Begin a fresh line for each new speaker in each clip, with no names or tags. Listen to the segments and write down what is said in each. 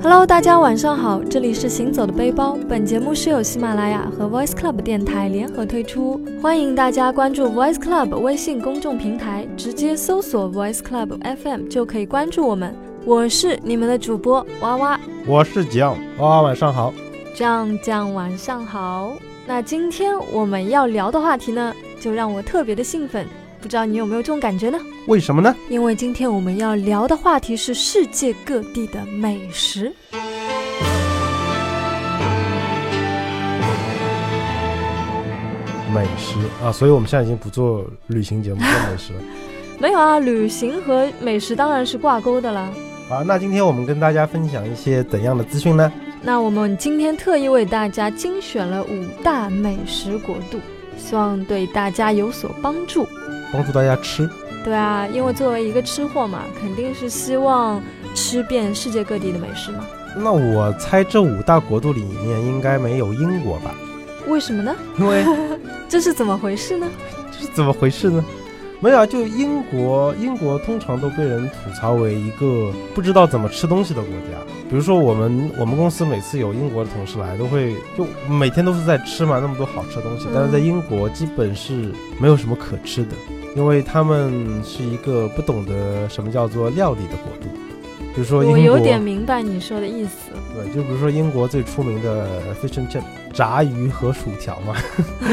Hello，大家晚上好，这里是行走的背包。本节目是由喜马拉雅和 Voice Club 电台联合推出，欢迎大家关注 Voice Club 微信公众平台，直接搜索 Voice Club FM 就可以关注我们。我是你们的主播哇哇，
我是吉奥，哇，晚上好。
酱酱晚上好。那今天我们要聊的话题呢，就让我特别的兴奋，不知道你有没有这种感觉呢？
为什么呢？
因为今天我们要聊的话题是世界各地的美食。
美食啊，所以我们现在已经不做旅行节目，做美食 了
没有啊，旅行和美食当然是挂钩的啦。
啊。那今天我们跟大家分享一些怎样的资讯呢？
那我们今天特意为大家精选了五大美食国度，希望对大家有所帮助。
帮助大家吃。
对啊，因为作为一个吃货嘛，肯定是希望吃遍世界各地的美食嘛。
那我猜这五大国度里面应该没有英国吧？
为什么呢？
因为
这是怎么回事呢？
这是怎么回事呢？没有啊，就英国，英国通常都被人吐槽为一个不知道怎么吃东西的国家。比如说我们我们公司每次有英国的同事来，都会就每天都是在吃嘛，那么多好吃的东西
嗯，
但是在英国基本是没有什么可吃的，因为他们是一个不懂得什么叫做料理的国度。比如说英
我
国，
有点明白你说的意思。
对，就比如说英国最出名的 fish and chip 炸鱼和薯条嘛，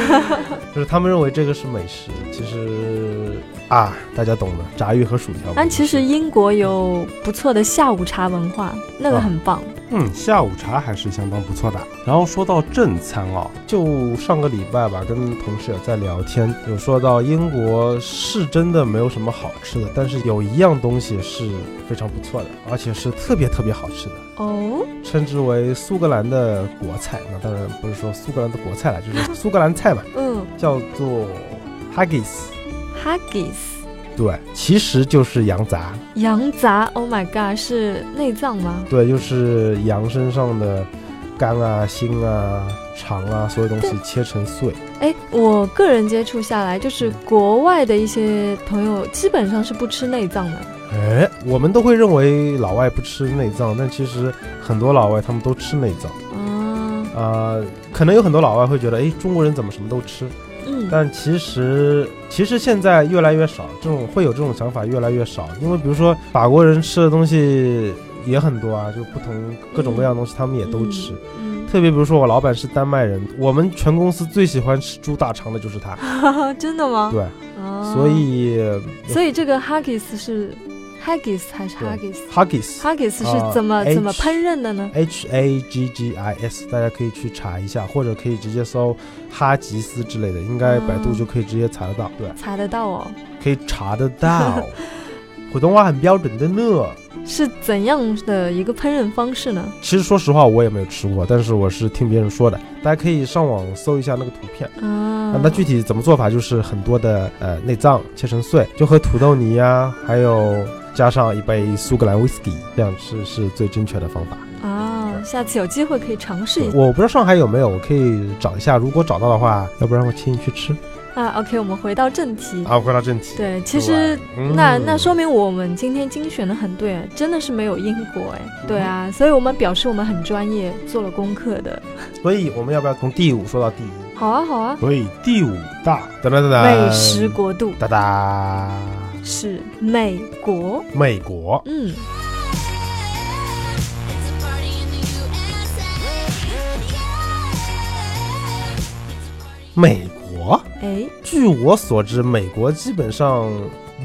就是他们认为这个是美食，其实啊，大家懂的，炸鱼和薯条。
但其实，英国有不错的下午茶文化，那个
啊
很棒。
嗯，
下午茶还是相当不错的。然后说到正餐哦，
就上个礼拜吧，跟同事有在聊天，有说到英国是真的没有什么好吃的，但是有一样东西是非常不错的，而且是特别特别好吃的，
哦，
称之为苏格兰的国菜。那当然不是说苏格兰的国菜了，就是苏格兰菜嘛，
嗯
叫做 haggis。
，Haggis
对，其实就是羊杂，
羊杂，Oh my god，是内脏吗？
对，就是羊身上的肝啊、心啊、肠啊，所有东西切成碎。
哎，我个人接触下来，就是国外的一些朋友基本上是不吃内脏的。
哎，我们都会认为老外不吃内脏，但其实很多老外他们都吃内脏。
啊，
啊，可能有很多老外会觉得，哎，中国人怎么什么都吃？
嗯，
但其实，其实现在越来越少，这种会有这种想法越来越少，因为比如说法国人吃的东西也很多啊，就不同各种各样的东西他们也都吃。
嗯，
特别比如说我老板是丹麦人，我们全公司最喜欢吃猪大肠的就是他，
嗯 真的吗？
对，
啊
所以呃
所以这个 Haggis 是 Haggis 还是
对
Haggis？Haggis
Haggis
是怎么、
呃
怎么
H-
烹饪的呢？
H A G G I S，大家可以去查一下，或者可以直接搜哈吉斯之类的，应该百度
嗯
就可以直接查得到，对，
查得到哦，
可以查得到。普通话很标准的呢。
是怎样的一个烹饪方式呢？
其实说实话，我也没有吃过，但是我是听别人说的。大家可以上网搜一下那个图片。
啊
那，它具体怎么做法？就是很多的呃内脏切成碎，就和土豆泥呀、还有加上一杯苏格兰 whisky，这样吃是最正确的方法。
啊，下次有机会可以尝试一下
我不知道上海有没有，我可以找一下，如果找到的话，要不然我请你去吃
啊。OK，我们回到正题。
啊。回到正题，
对，其实
嗯
那那说明我们今天精选的很对，啊真的是没有英国哎。
嗯
对啊，所以我们表示我们很专业，做了功课的。
所以我们要不要从第五说到第一？
好啊，好啊。
所以第五大
哒哒哒哒，
美食国度
哒哒，
是美国，
美国。
嗯，
美国，
哎，
据我所知，美国基本上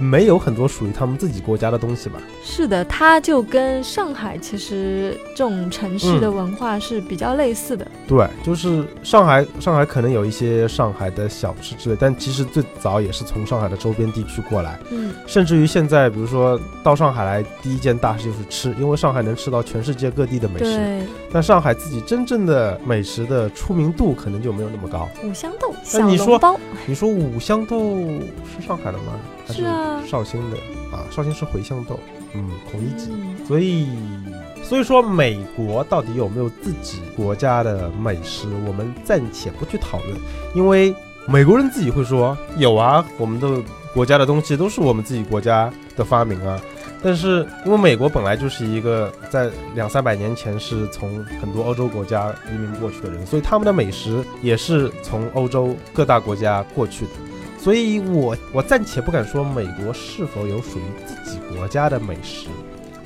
没有很多属于他们自己国家的东西吧？
是的，它就跟上海其实这种城市的
嗯
文化是比较类似的。
对，就是上海，上海可能有一些上海的小吃之类，但其实最早也是从上海的周边地区过来，
嗯，
甚至于现在，比如说到上海来，第一件大事就是吃，因为上海能吃到全世界各地的美食，
对，
但上海自己真正的美食的出名度可能就没有那么高。
五香豆、
那
小
你
笼
说
包，
你说五香豆是上海的吗？还
哎是啊
绍兴的啊，绍兴是茴香豆，嗯，孔乙己。
嗯，
所以，所以说美国到底有没有自己国家的美食，我们暂且不去讨论，因为美国人自己会说有啊，我们的国家的东西都是我们自己国家的发明啊。但是因为美国本来就是一个在两三百年前是从很多欧洲国家移民过去的人，所以他们的美食也是从欧洲各大国家过去的。所以我我暂且不敢说美国是否有属于自己国家的美食，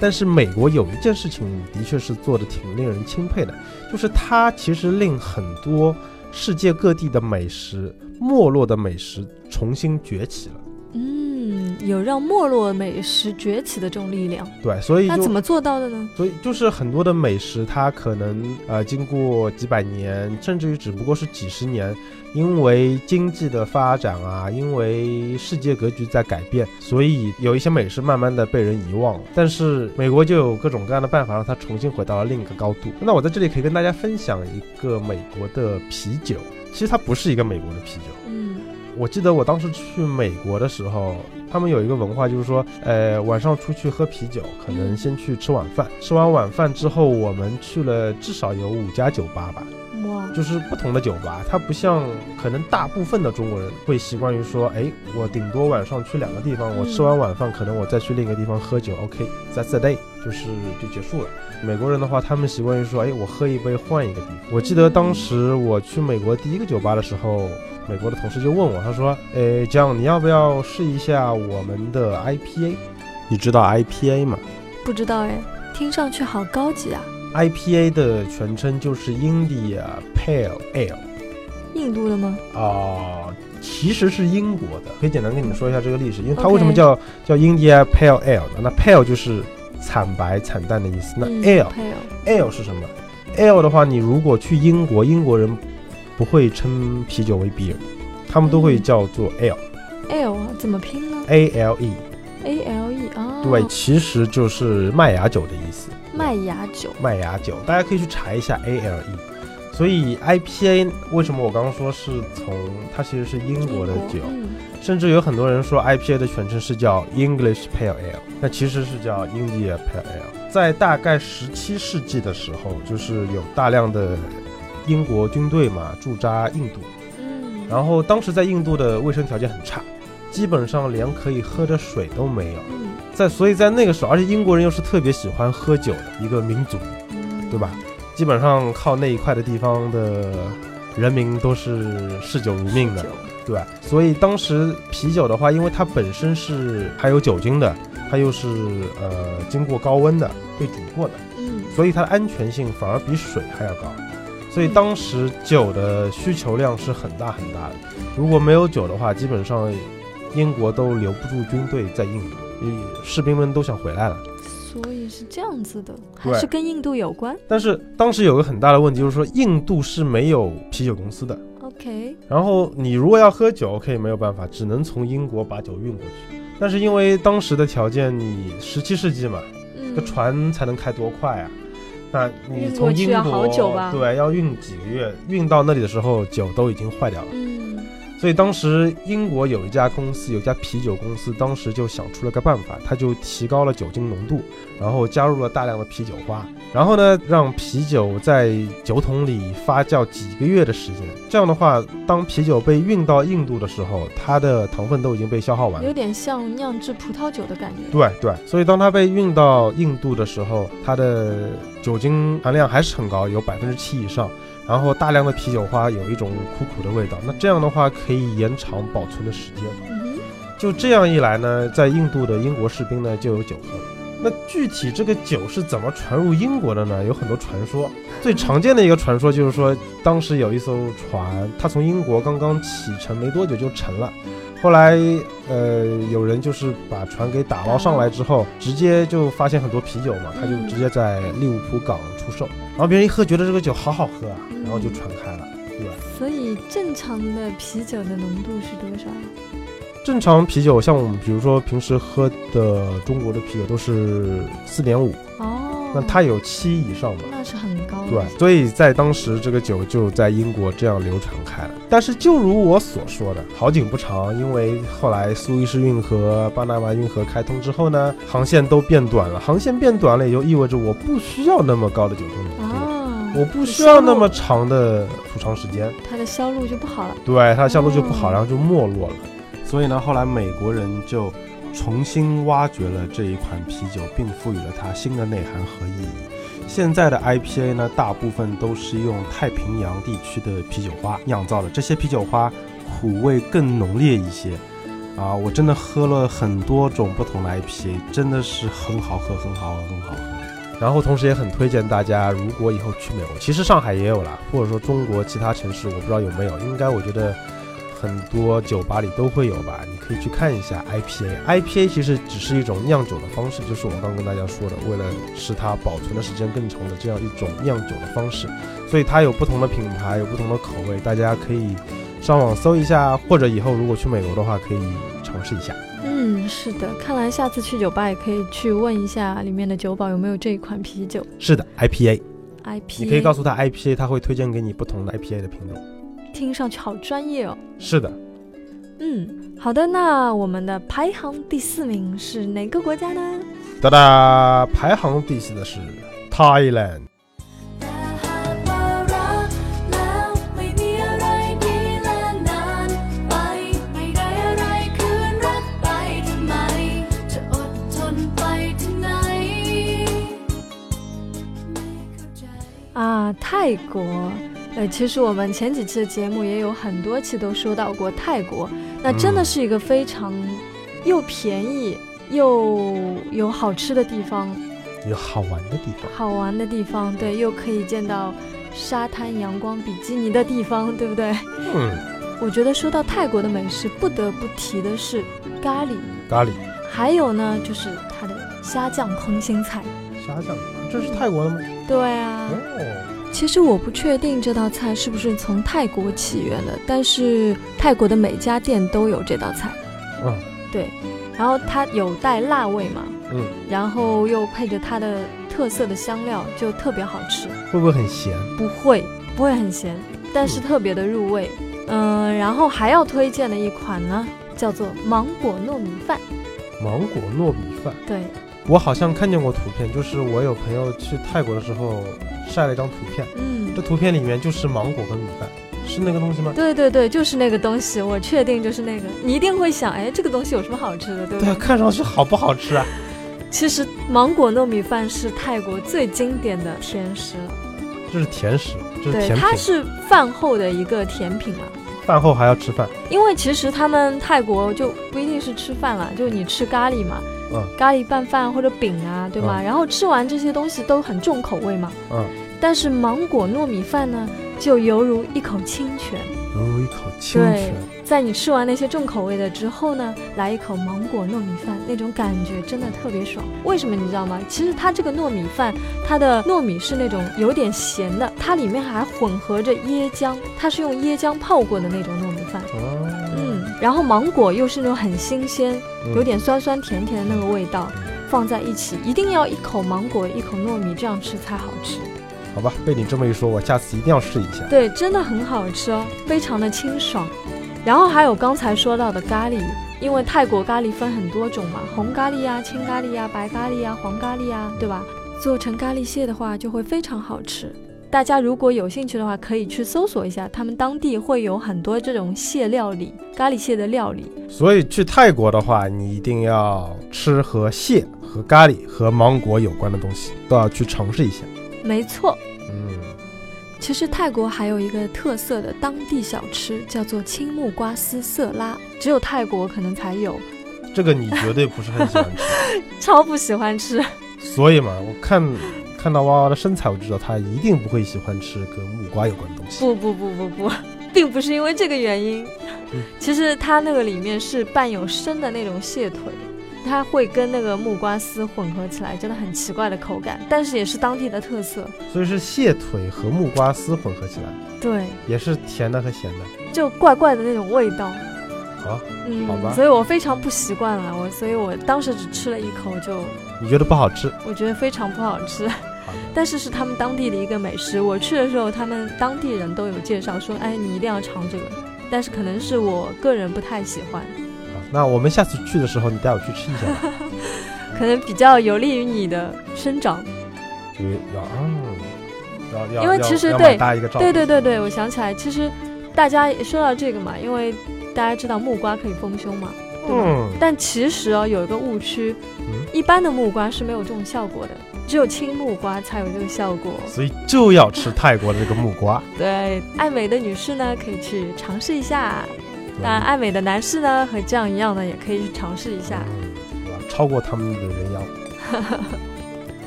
但是美国有一件事情的确是做的挺令人钦佩的，就是它其实令很多世界各地的美食没落的美食重新崛起了。
嗯，有让没落美食崛起的这种力量，
对，所以
那怎
就
么做到的呢？
所以就是很多的美食，它可能呃经过几百年，甚至于只不过是几十年，因为经济的发展啊，因为世界格局在改变，所以有一些美食慢慢的被人遗忘了。但是美国就有各种各样的办法让它重新回到了另一个高度。那我在这里可以跟大家分享一个美国的啤酒，其实它不是一个美国的啤酒。
嗯
我记得我当时去美国的时候，他们有一个文化，就是说，呃，晚上出去喝啤酒，可能先去吃晚饭。吃完晚饭之后，我们去了至少有五家酒吧吧，
哇，
就是不同的酒吧。它不像可能大部分的中国人会习惯于说，哎，我顶多晚上去两个地方，
嗯
我吃完晚饭可能我再去另一个地方喝
嗯
酒，OK，that's、a day，就是就结束了。美国人的话，他们习惯于说，哎，我喝一杯换一个地方。我记得当时我去美国第一个酒吧的时候，美国的同事就问我，他说，呃，江，你要不要试一下我们的 IPA？
你知道 IPA 吗？
不知道哎，听上去好高级啊，
IPA 的全称就是 India Pale Ale
印度的吗？
啊、其实是英国的。可以简单跟你们说一下这个历史，因为它
OK
为什么叫叫 India Pale Ale 呢？那 Pale 就是惨白、惨淡的意思。那
嗯
Ale、
配偶
Ale 是什么？Ale 的话，你如果去英国，英国人不会称啤酒为 beer，他们都会
嗯
叫做 ale、
L 啊怎么拼呢
A L E，
？A L E 啊，
对，其实就是麦芽酒的意思。
麦芽酒，
麦芽酒，大家可以去查一下 A L E。所以 IPA 为什么我刚刚说是从它其实是英国的酒，
嗯
甚至有很多人说 IPA 的全称是叫 English Pale Ale，那其实是叫 India Pale Ale。在大概十七世纪的时候，就是有大量的英国军队嘛驻扎印度，
嗯，
然后当时在印度的卫生条件很差，基本上连可以喝的水都没有。
嗯
在所以在那个时候，而且英国人又是特别喜欢喝酒的一个民族，
嗯
对吧？基本上靠那一块的地方的人民都是嗜酒如命的
酒，
对吧？所以当时啤酒的话，因为它本身是含有酒精的，它又是呃经过高温的被煮过的，
嗯
所以它的安全性反而比水还要高。所以当时酒的需求量是很大很大的，如果没有酒的话，基本上英国都留不住军队在印度，士兵们都想回来了。
所以是这样子的，还
对
是跟印度有关
但是当时有个很大的问题，就是说印度是没有啤酒公司的。
？OK，
然后你如果要喝酒，OK 没有办法，只能从英国把酒运过去。但是因为当时的条件，你十七世纪嘛，
嗯
这，船才能开多快啊？那你
运过
从
去
英
要
国
好久吧
对，要运几个月，运到那里的时候酒都已经坏掉了。
嗯
所以当时英国有一家公司，有一家啤酒公司，当时就想出了个办法，它就提高了酒精浓度，然后加入了大量的啤酒花，然后呢，让啤酒在酒桶里发酵几个月的时间。这样的话，当啤酒被运到印度的时候，它的糖分都已经被消耗完了
有。点像酿制葡萄酒的感觉。
对对，所以当它被运到印度的时候，它的酒精含量还是很高，有百分之七以上。然后大量的啤酒花有一种苦苦的味道，那这样的话可以延长保存的时间。
嗯
就这样一来呢，在印度的英国士兵呢就有酒喝了。那具体这个酒是怎么传入英国的呢？有很多传说，最常见的一个传说就是说，当时有一艘船，它从英国刚刚启程没多久就沉了。后来，呃，有人就是把船给打捞上来之后，直接就发现很多啤酒嘛，他就直接在利物浦港出售。然后别人一喝，觉得这个酒好好喝啊，然后就传开了。
哼，所以正常的啤酒的浓度是多少？
正常啤酒，像我们比如说平时喝的中国的啤酒都是四点五，
哦，
那它有七以上嘛？
那是很高的。
对，所以在当时这个酒就在英国这样流传开了。但是就如我所说的，好景不长，因为后来苏伊士运河、巴拿马运河开通之后呢，航线都变短了。航线变短了，也就意味着我不需要那么高的酒精浓度，
啊，
我不需要那么长的储藏时间，
它的销路就不好了。
嗯
对它的销路就不好，
哦
然后就没落了。所以呢，后来美国人就
重新挖掘了这一款啤酒，并赋予了它新的内涵和意义。现在的 IPA 呢，大部分都是用太平洋地区的啤酒花酿造的，这些啤酒花苦味更浓烈一些。啊，我真的喝了很多种不同的 IPA，真的是很好喝，很好喝，很好喝。
然后同时也很推荐大家，如果以后去美国，其实上海也有啦，或者说中国其他城市，我不知道有没有，应该我觉得很多酒吧里都会有吧，你可以去看一下 IPA。IPA 其实只是一种酿酒的方式，就是我刚刚跟大家说的，为了使它保存的时间更长的这样一种酿酒的方式，所以它有不同的品牌，有不同的口味，大家可以上网搜一下，或者以后如果去美国的话，可以尝试一下。
嗯，是的，看来下次去酒吧也可以去问一下里面的酒保有没有这一款啤酒
是的，IPA，
IP。
你可以告诉他 IPA，他会推荐给你不同的 IPA 的品种。
听上去好专业哦。
是的，
嗯，好的，那我们的排行第四名是哪个国家呢？
哒哒，排行第四的是 Thailand。
แต่หากว่ารักแล้วไม่มีอะไรดีและนานไป ไม่ได้อะไรคืนรักไปทำไม จะอดทนไปถึงไหน ไม่เข้าใจ
啊，泰国。呃，其实我们前几期的节目也有很多期都说到过泰国，那
嗯
真的是一个非常又便宜又有好吃的地方，
有好玩的地方。
好玩的地方，对，又可以见到沙滩、阳光、比基尼的地方，对不对？
嗯，
我觉得说到泰国的美食，不得不提的是咖喱，
咖喱、
还有呢就是它的虾酱空心菜。
虾酱，这是泰国的吗？
对啊，
哦，
其实我不确定这道菜是不是从泰国起源的，但是泰国的每家店都有这道菜。
嗯，
对，然后它有带辣味嘛，
嗯，
然后又配着它的特色的香料，就特别好吃。
会不会很咸？
不会，不会很咸，但是特别的入味。嗯、然后还要推荐的一款呢，叫做芒果糯米饭。
芒果糯米饭，
对，
我好像看见过图片，就是我有朋友去泰国的时候晒了一张图片，
嗯
这，图片里面就是芒果和米饭，是那个东西吗？
对对对，就是那个东西，我确定就是那个。你一定会想，哎，这个东西有什么好吃的，对不
对啊，看上去好不好吃啊？
其实芒果糯米饭是泰国最经典的甜食了，
这是甜食，这是
对，
甜
它
品，
是饭后的一个甜品了。
饭后还要吃饭。
因为其实他们泰国就不一定是吃饭啦，就你吃咖喱嘛，
嗯
咖喱拌饭或者饼啊，对吗？然后吃完这些东西都很重口味嘛，
嗯，
但是芒果糯米饭呢，就犹如一口清泉，
犹如一口清泉，
在你吃完那些重口味的之后呢，来一口芒果糯米饭，那种感觉真的特别爽。为什么你知道吗？其实它这个糯米饭，它的糯米是那种有点咸的，它里面还混合着椰浆，它是用椰浆泡过的那种糯米饭。
哦，
嗯，然后芒果又是那种很新鲜，
嗯
有点酸酸甜甜的那个味道，放在一起，一定要一口芒果一口糯米这样吃才好吃。
好吧，被你这么一说，我下次一定要试一下。
对，真的很好吃哦，非常的清爽。然后还有刚才说到的咖喱，因为泰国咖喱分很多种嘛，红咖喱呀、青咖喱呀、白咖喱呀、黄咖喱呀，对吧？做成咖喱蟹的话，就会非常好吃。大家如果有兴趣的话，可以去搜索一下，他们当地会有很多这种蟹料理，咖喱蟹的料理。
所以去泰国的话，你一定要吃和蟹、和咖喱、和芒果有关的东西，都要去尝试一下。
没错，
嗯，
其实泰国还有一个特色的当地小吃，叫做青木瓜丝色拉，只有泰国可能才有，
这个你绝对不是很喜欢 吃，
超不喜欢吃。
所以嘛，我看看到娃娃的身材，我就知道他一定不会喜欢吃跟木瓜有关的东西。
不不不不不，并不是因为这个原因
嗯。
其实它那个里面是伴有生的那种蟹腿，它会跟那个木瓜丝混合起来，真的很奇怪的口感，但是也是当地的特色。
所以是蟹腿和木瓜丝混合起来，
对，
也是甜的和咸的。
就怪怪的那种味道。
好，
嗯
好吧，
所以我非常不习惯了，我所以我当时只吃了一口就，
你觉得不好吃？
我觉得非常不好吃。
好的，
但是是他们当地的一个美食。我去的时候，他们当地人都有介绍说，哎，你一定要尝这个。但是可能是我个人不太喜欢，
好那我们下次去的时候，你带我去吃一下吧。
可能比较有利于你的生长。
因为要嗯，要要
因为
要
其实
要
对
满搭一个照，
对对对对，我想起来，其实大家也说到这个嘛，因为大家知道木瓜可以丰胸嘛，对吧？
嗯，
但其实哦，有一个误区，
嗯
一般的木瓜是没有这种效果的，只有青木瓜才有这个效果。
所以就要吃泰国的这个木瓜。
对，爱美的女士呢，可以去尝试一下；
对
那爱美的男士呢，和这样一样呢，也可以去尝试一下。
嗯对吧超过他们的人妖。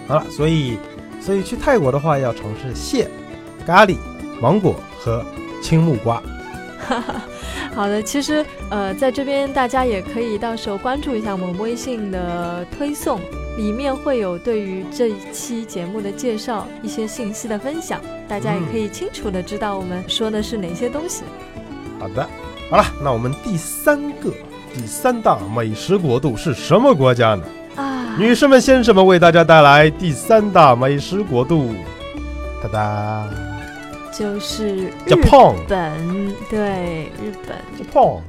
好了，所以所以去泰国的话，要尝试蟹、咖喱、芒果和青木瓜。
好的，其实呃，在这边大家也可以到时候关注一下我们微信的推送，里面会有对于这一期节目的介绍，一些信息的分享，大家也可以清楚的知道我们说的是哪些东西。
好的，好了，那我们第三个第三大美食国度是什么国家呢？
啊，
女士们、先生们为大家带来第三大美食国度，哒哒
嗯就是日
，Japan。
本，对，日本。
Japan。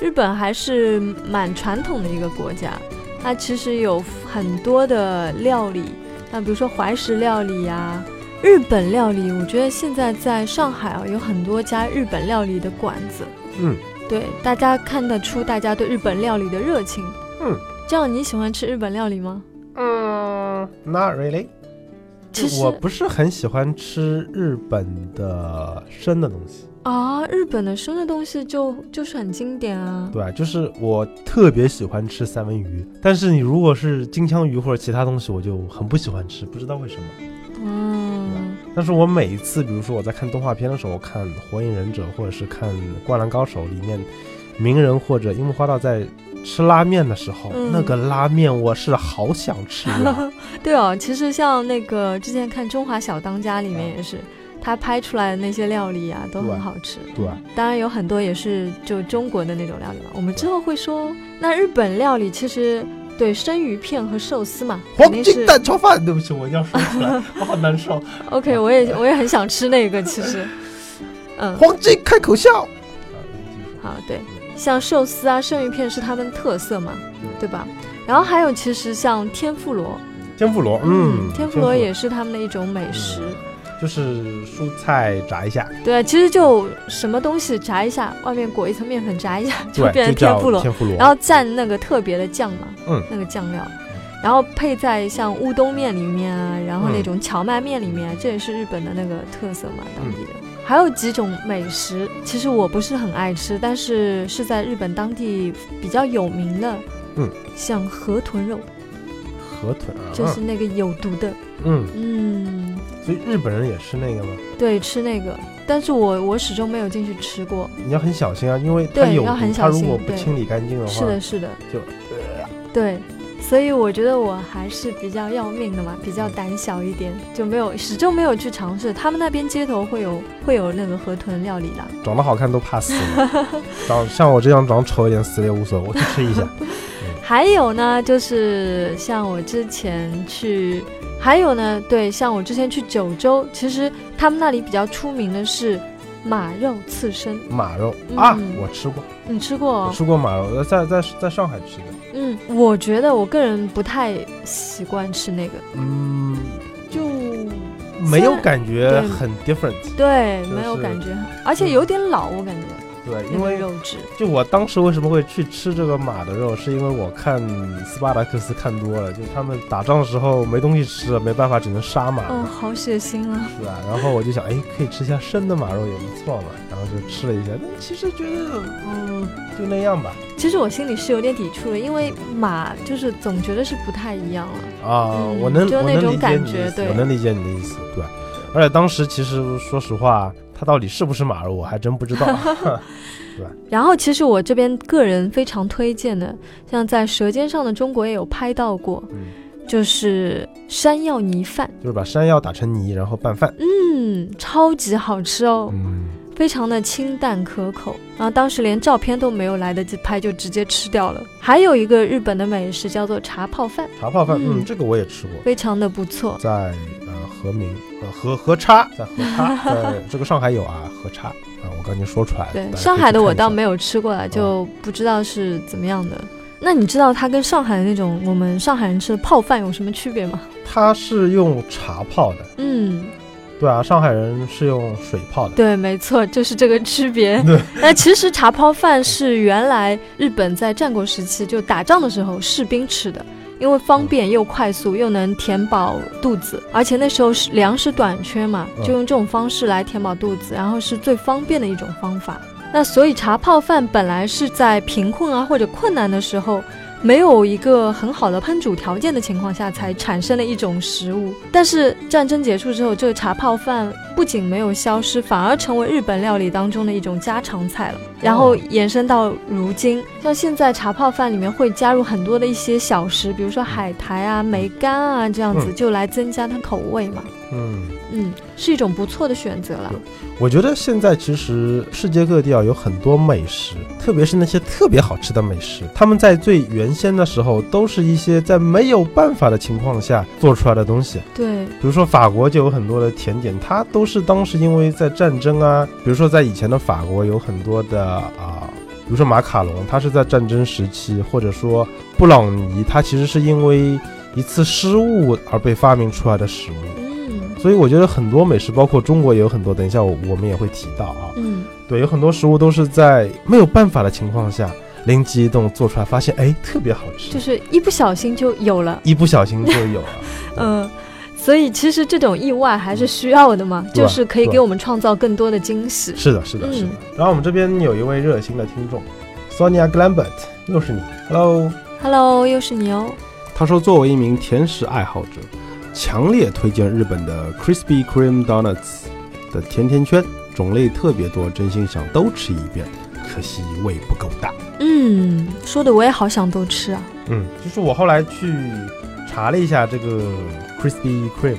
日本还是蛮传统的一个国家，它其实有很多的料理，那比如说怀石料理呀、日本料理，我觉得现在在上海啊有很多家日本料理的馆子，
嗯，
对，大家看得出大家对日本料理的热情，
嗯，
这样你喜欢吃日本料理吗？
嗯，Not really。
其实
我不是很喜欢吃日本的生的东西。
啊，日本的生的东西就就是很经典啊，
对，就是我特别喜欢吃三文鱼，但是你如果是金枪鱼或者其他东西，我就很不喜欢吃，不知道为什么。
嗯，
但是我每一次，比如说我在看动画片的时候，我看《火影忍者》或者是看《灌篮高手》里面鸣人或者樱木花道在吃拉面的时候，
嗯
那个拉面我是好想吃 啊
对哦，其实像那个之前看《中华小当家》里面也是，他拍出来的那些料理啊都很好吃。
嗯对
当然有很多也是就中国的那种料理嘛。我们之后会说，那日本料理其实对生鱼片和寿司嘛，肯
黄
定
金
是
蛋炒饭，对不起，我一定要说出来，我好难受。
OK。我也我也很想吃那个，其实，嗯，
黄金开口笑。啊继续
好，对，像寿司啊、生鱼片是他们特色嘛，对吧？然后还有其实像天妇罗，
天妇罗，嗯，
天妇罗也是他们的一种美食。
就是蔬菜炸一下，
对，其实就什么东西炸一下，外面裹一层面粉炸一 下，就
对，
变成
就叫
天妇罗，
天妇罗，
然后蘸那个特别的酱嘛，
嗯，
那个酱料，然后配在像乌冬面里面啊，然后那种荞麦面里面啊，
嗯
这也是日本的那个特色嘛，当地的。还有几种美食，其实我不是很爱吃，但是是在日本当地比较有名的，
嗯，啊
像河豚肉，
河豚啊，
就是那个有毒的，
嗯，
嗯，
所以日本人也吃那个吗？
对，吃那个，但是我我始终没有进去吃过，
你要很小心啊，因为它
对
有
要很
毒，它
小
如
心
果不
对
清理干净的话，
是的，是的，
就呃
对，所以我觉得我还是比较要命的嘛，比
嗯
较胆小一点，就没有始终没有去尝试。他们那边街头会有会有那个河豚料理啦，
长得好看都怕死了， 长像我这样长丑一点死了也无所谓，我去吃一下。
还有呢，就是像我之前去，还有呢，对，像我之前去九州，其实他们那里比较出名的是马肉刺身，
马肉啊
嗯，
我吃过，
你吃过、
我
哦？
吃过马肉，呃在在在上海吃的，
嗯，我觉得我个人不太习惯吃那个，
嗯，
就
没有感觉
对
很 different，
对，
就是
没有感觉，而且有点老，我感觉。
对，
那
因
个
为
肉质，
就我当时为什么会去吃这个马的肉，是因为我看斯巴达克斯看多了，就他们打仗的时候没东西吃了，没办法只能杀马
哦，
嘛，
好血腥啊！
是吧？然后我就想，哎，可以吃一下生的马肉也不错嘛，然后就吃了一下，但其实觉得，嗯，就那样吧。
其实我心里是有点抵触的，因为马就是总觉得是不太一样了。
啊，
嗯
我能
就
我
那
能
种
理解
感
你的
觉
意思，
对
我能理解你的意思，对。而且当时其实说实话，它到底是不是马肉，我还真不知道。啊
然后，其实我这边个人非常推荐的，像在《舌尖上的中国》也有拍到过，
嗯
就是山药泥饭，
就是把山药打成泥，然后拌饭。
嗯，超级好吃哦，
嗯，
非常的清淡可口。然后当时连照片都没有来得及拍，就直接吃掉了。还有一个日本的美食叫做茶泡饭，
茶泡饭，
嗯
嗯，这个我也吃过。
非常的不错。
在呃和民呃和和差，在和 差，在这个上海有啊和差啊，我刚才说出来了。
对，
大家可以
上海的
去
我
看一
倒
下
没有吃过了，就不知道是怎么样的。那你知道它跟上海的那种我们上海人吃的泡饭有什么区别吗？
它是用茶泡的，
嗯，
对啊，上海人是用水泡的。
对，没错，就是这个区 别。那其实茶泡饭是原来日本在战国时期就打仗的时候士兵吃的，因为方便又快速，又能填饱肚子，而且那时候是粮食短缺嘛，
嗯
就用这种方式来填饱肚子，然后是最方便的一种方法。那所以茶泡饭本来是在贫困啊或者困难的时候。没有一个很好的烹煮条件的情况下，才产生了一种食物。但是战争结束之后，这个茶泡饭不仅没有消失，反而成为日本料理当中的一种家常菜了。然后延伸到如今，像现在茶泡饭里面会加入很多的一些小食，比如说海苔啊、梅干啊这样子，
嗯
就来增加它口味嘛。
嗯，
嗯，是一种不错的选择了。
我觉得现在其实世界各地啊有很多美食，特别是那些特别好吃的美食，他们在最原先的时候都是一些在没有办法的情况下做出来的东西。
对，
比如说法国就有很多的甜点，它都是当时因为在战争啊，比如说在以前的法国有很多的啊、比如说马卡龙，它是在战争时期，或者说布朗尼，它其实是因为一次失误而被发明出来的食物。
嗯
所以我觉得很多美食，包括中国也有很多，等一下我我们也会提到啊。
嗯，
对，有很多食物都是在没有办法的情况下，灵机一动做出来，发现哎特别好吃，
就是一不小心就有了。
一不小心就有了。
嗯，所以其实这种意外还是需要的嘛，
对
就
吧
是可以
对
给我们创造更多的惊喜。
是的，是的，是的
嗯。
然后我们这边有一位热心的听众，Sonia Glambert，又是你，Hello，
Hello，又是你哦。
他说，作为一名甜食爱好者，强烈推荐日本的 Krispy Kreme Donuts 的甜甜圈，种类特别多，真心想都吃一遍，可惜胃不够大。
嗯，说的我也好想都吃啊。
嗯，就是我后来去查了一下这个 Krispy Kreme，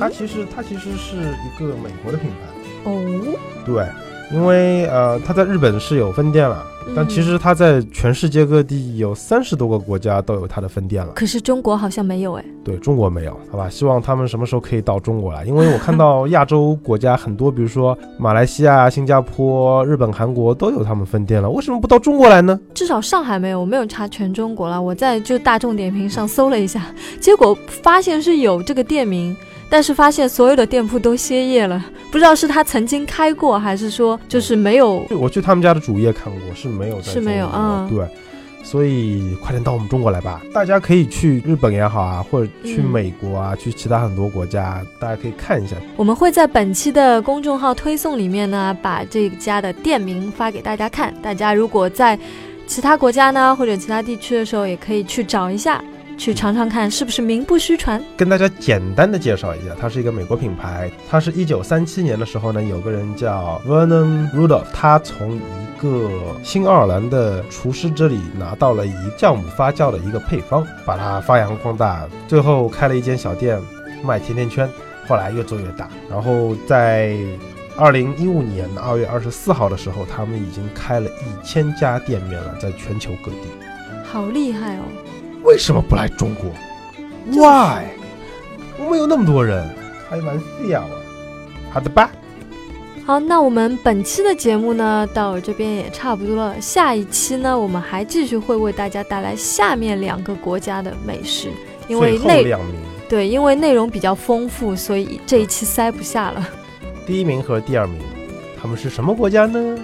它
哎，
其实它其实是一个美国的品牌，
哦，
对，因为呃它在日本是有分店了，
嗯
但其实它在全世界各地有三十多个国家都有它的分店了。
可是中国好像没有哎。
对中国没有，好吧？希望他们什么时候可以到中国来，因为我看到亚洲国家很多，比如说马来西亚、啊新加坡、日本、韩国都有他们分店了，为什么不到中国来呢？
至少上海没有，我没有查全中国了。我在就大众点评上搜了一下，结果发现是有这个店名，但是发现所有的店铺都歇业了，不知道是他曾经开过，还是说就是没有。
对，我去他们家的主页看过，是没有在
是没有
中国
嗯
对。所以快点到我们中国来吧！大家可以去日本也好啊，或者去
嗯
美国啊，去其他很多国家，大家可以看一下。
我们会在本期的公众号推送里面呢，把这家的店名发给大家看。大家如果在其他国家呢，或者其他地区的时候，也可以去找一下，去尝尝看是不是名不虚传。
跟大家简单的介绍一下，它是一个美国品牌。它是一九三七年的时候呢，有个人叫 Vernon Rudolph，他从一个新奥尔兰的厨师这里拿到了以酵母发酵的一个配方，把它发扬光大，最后开了一间小店卖甜甜圈，后来越做越大，然后在。二零一五年二月二十四号的时候，他们已经开了一千家店面了，在全球各地。
好厉害哦！
为什么不来中国？Why？我们有那么多人，开玩笑啊！好的吧，
好，那我们本期的节目呢，到这边也差不多了。下一期呢，我们还继续会为大家带来下面两个国家的美食，因为
最后
内
两名，
对，因为内容比较丰富，所以这一期塞不下了，
第一名和第二名，他们是什么国家呢？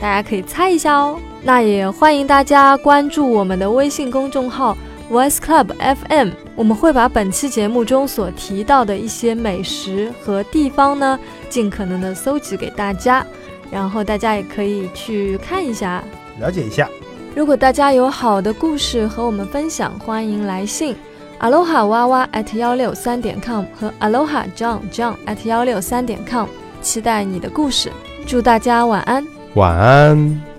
大家可以猜一下哦。那也欢迎大家关注我们的微信公众号 Voice Club FM，我们会把本期节目中所提到的一些美食和地方呢，尽可能的搜集给大家，然后大家也可以去看一下。
了解一下。
如果大家有好的故事和我们分享，欢迎来信。aloha 哇哇 at 幺六三点 com 和 aloha john john at 幺六三点 com，期待你的故事。祝大家晚安。
晚安。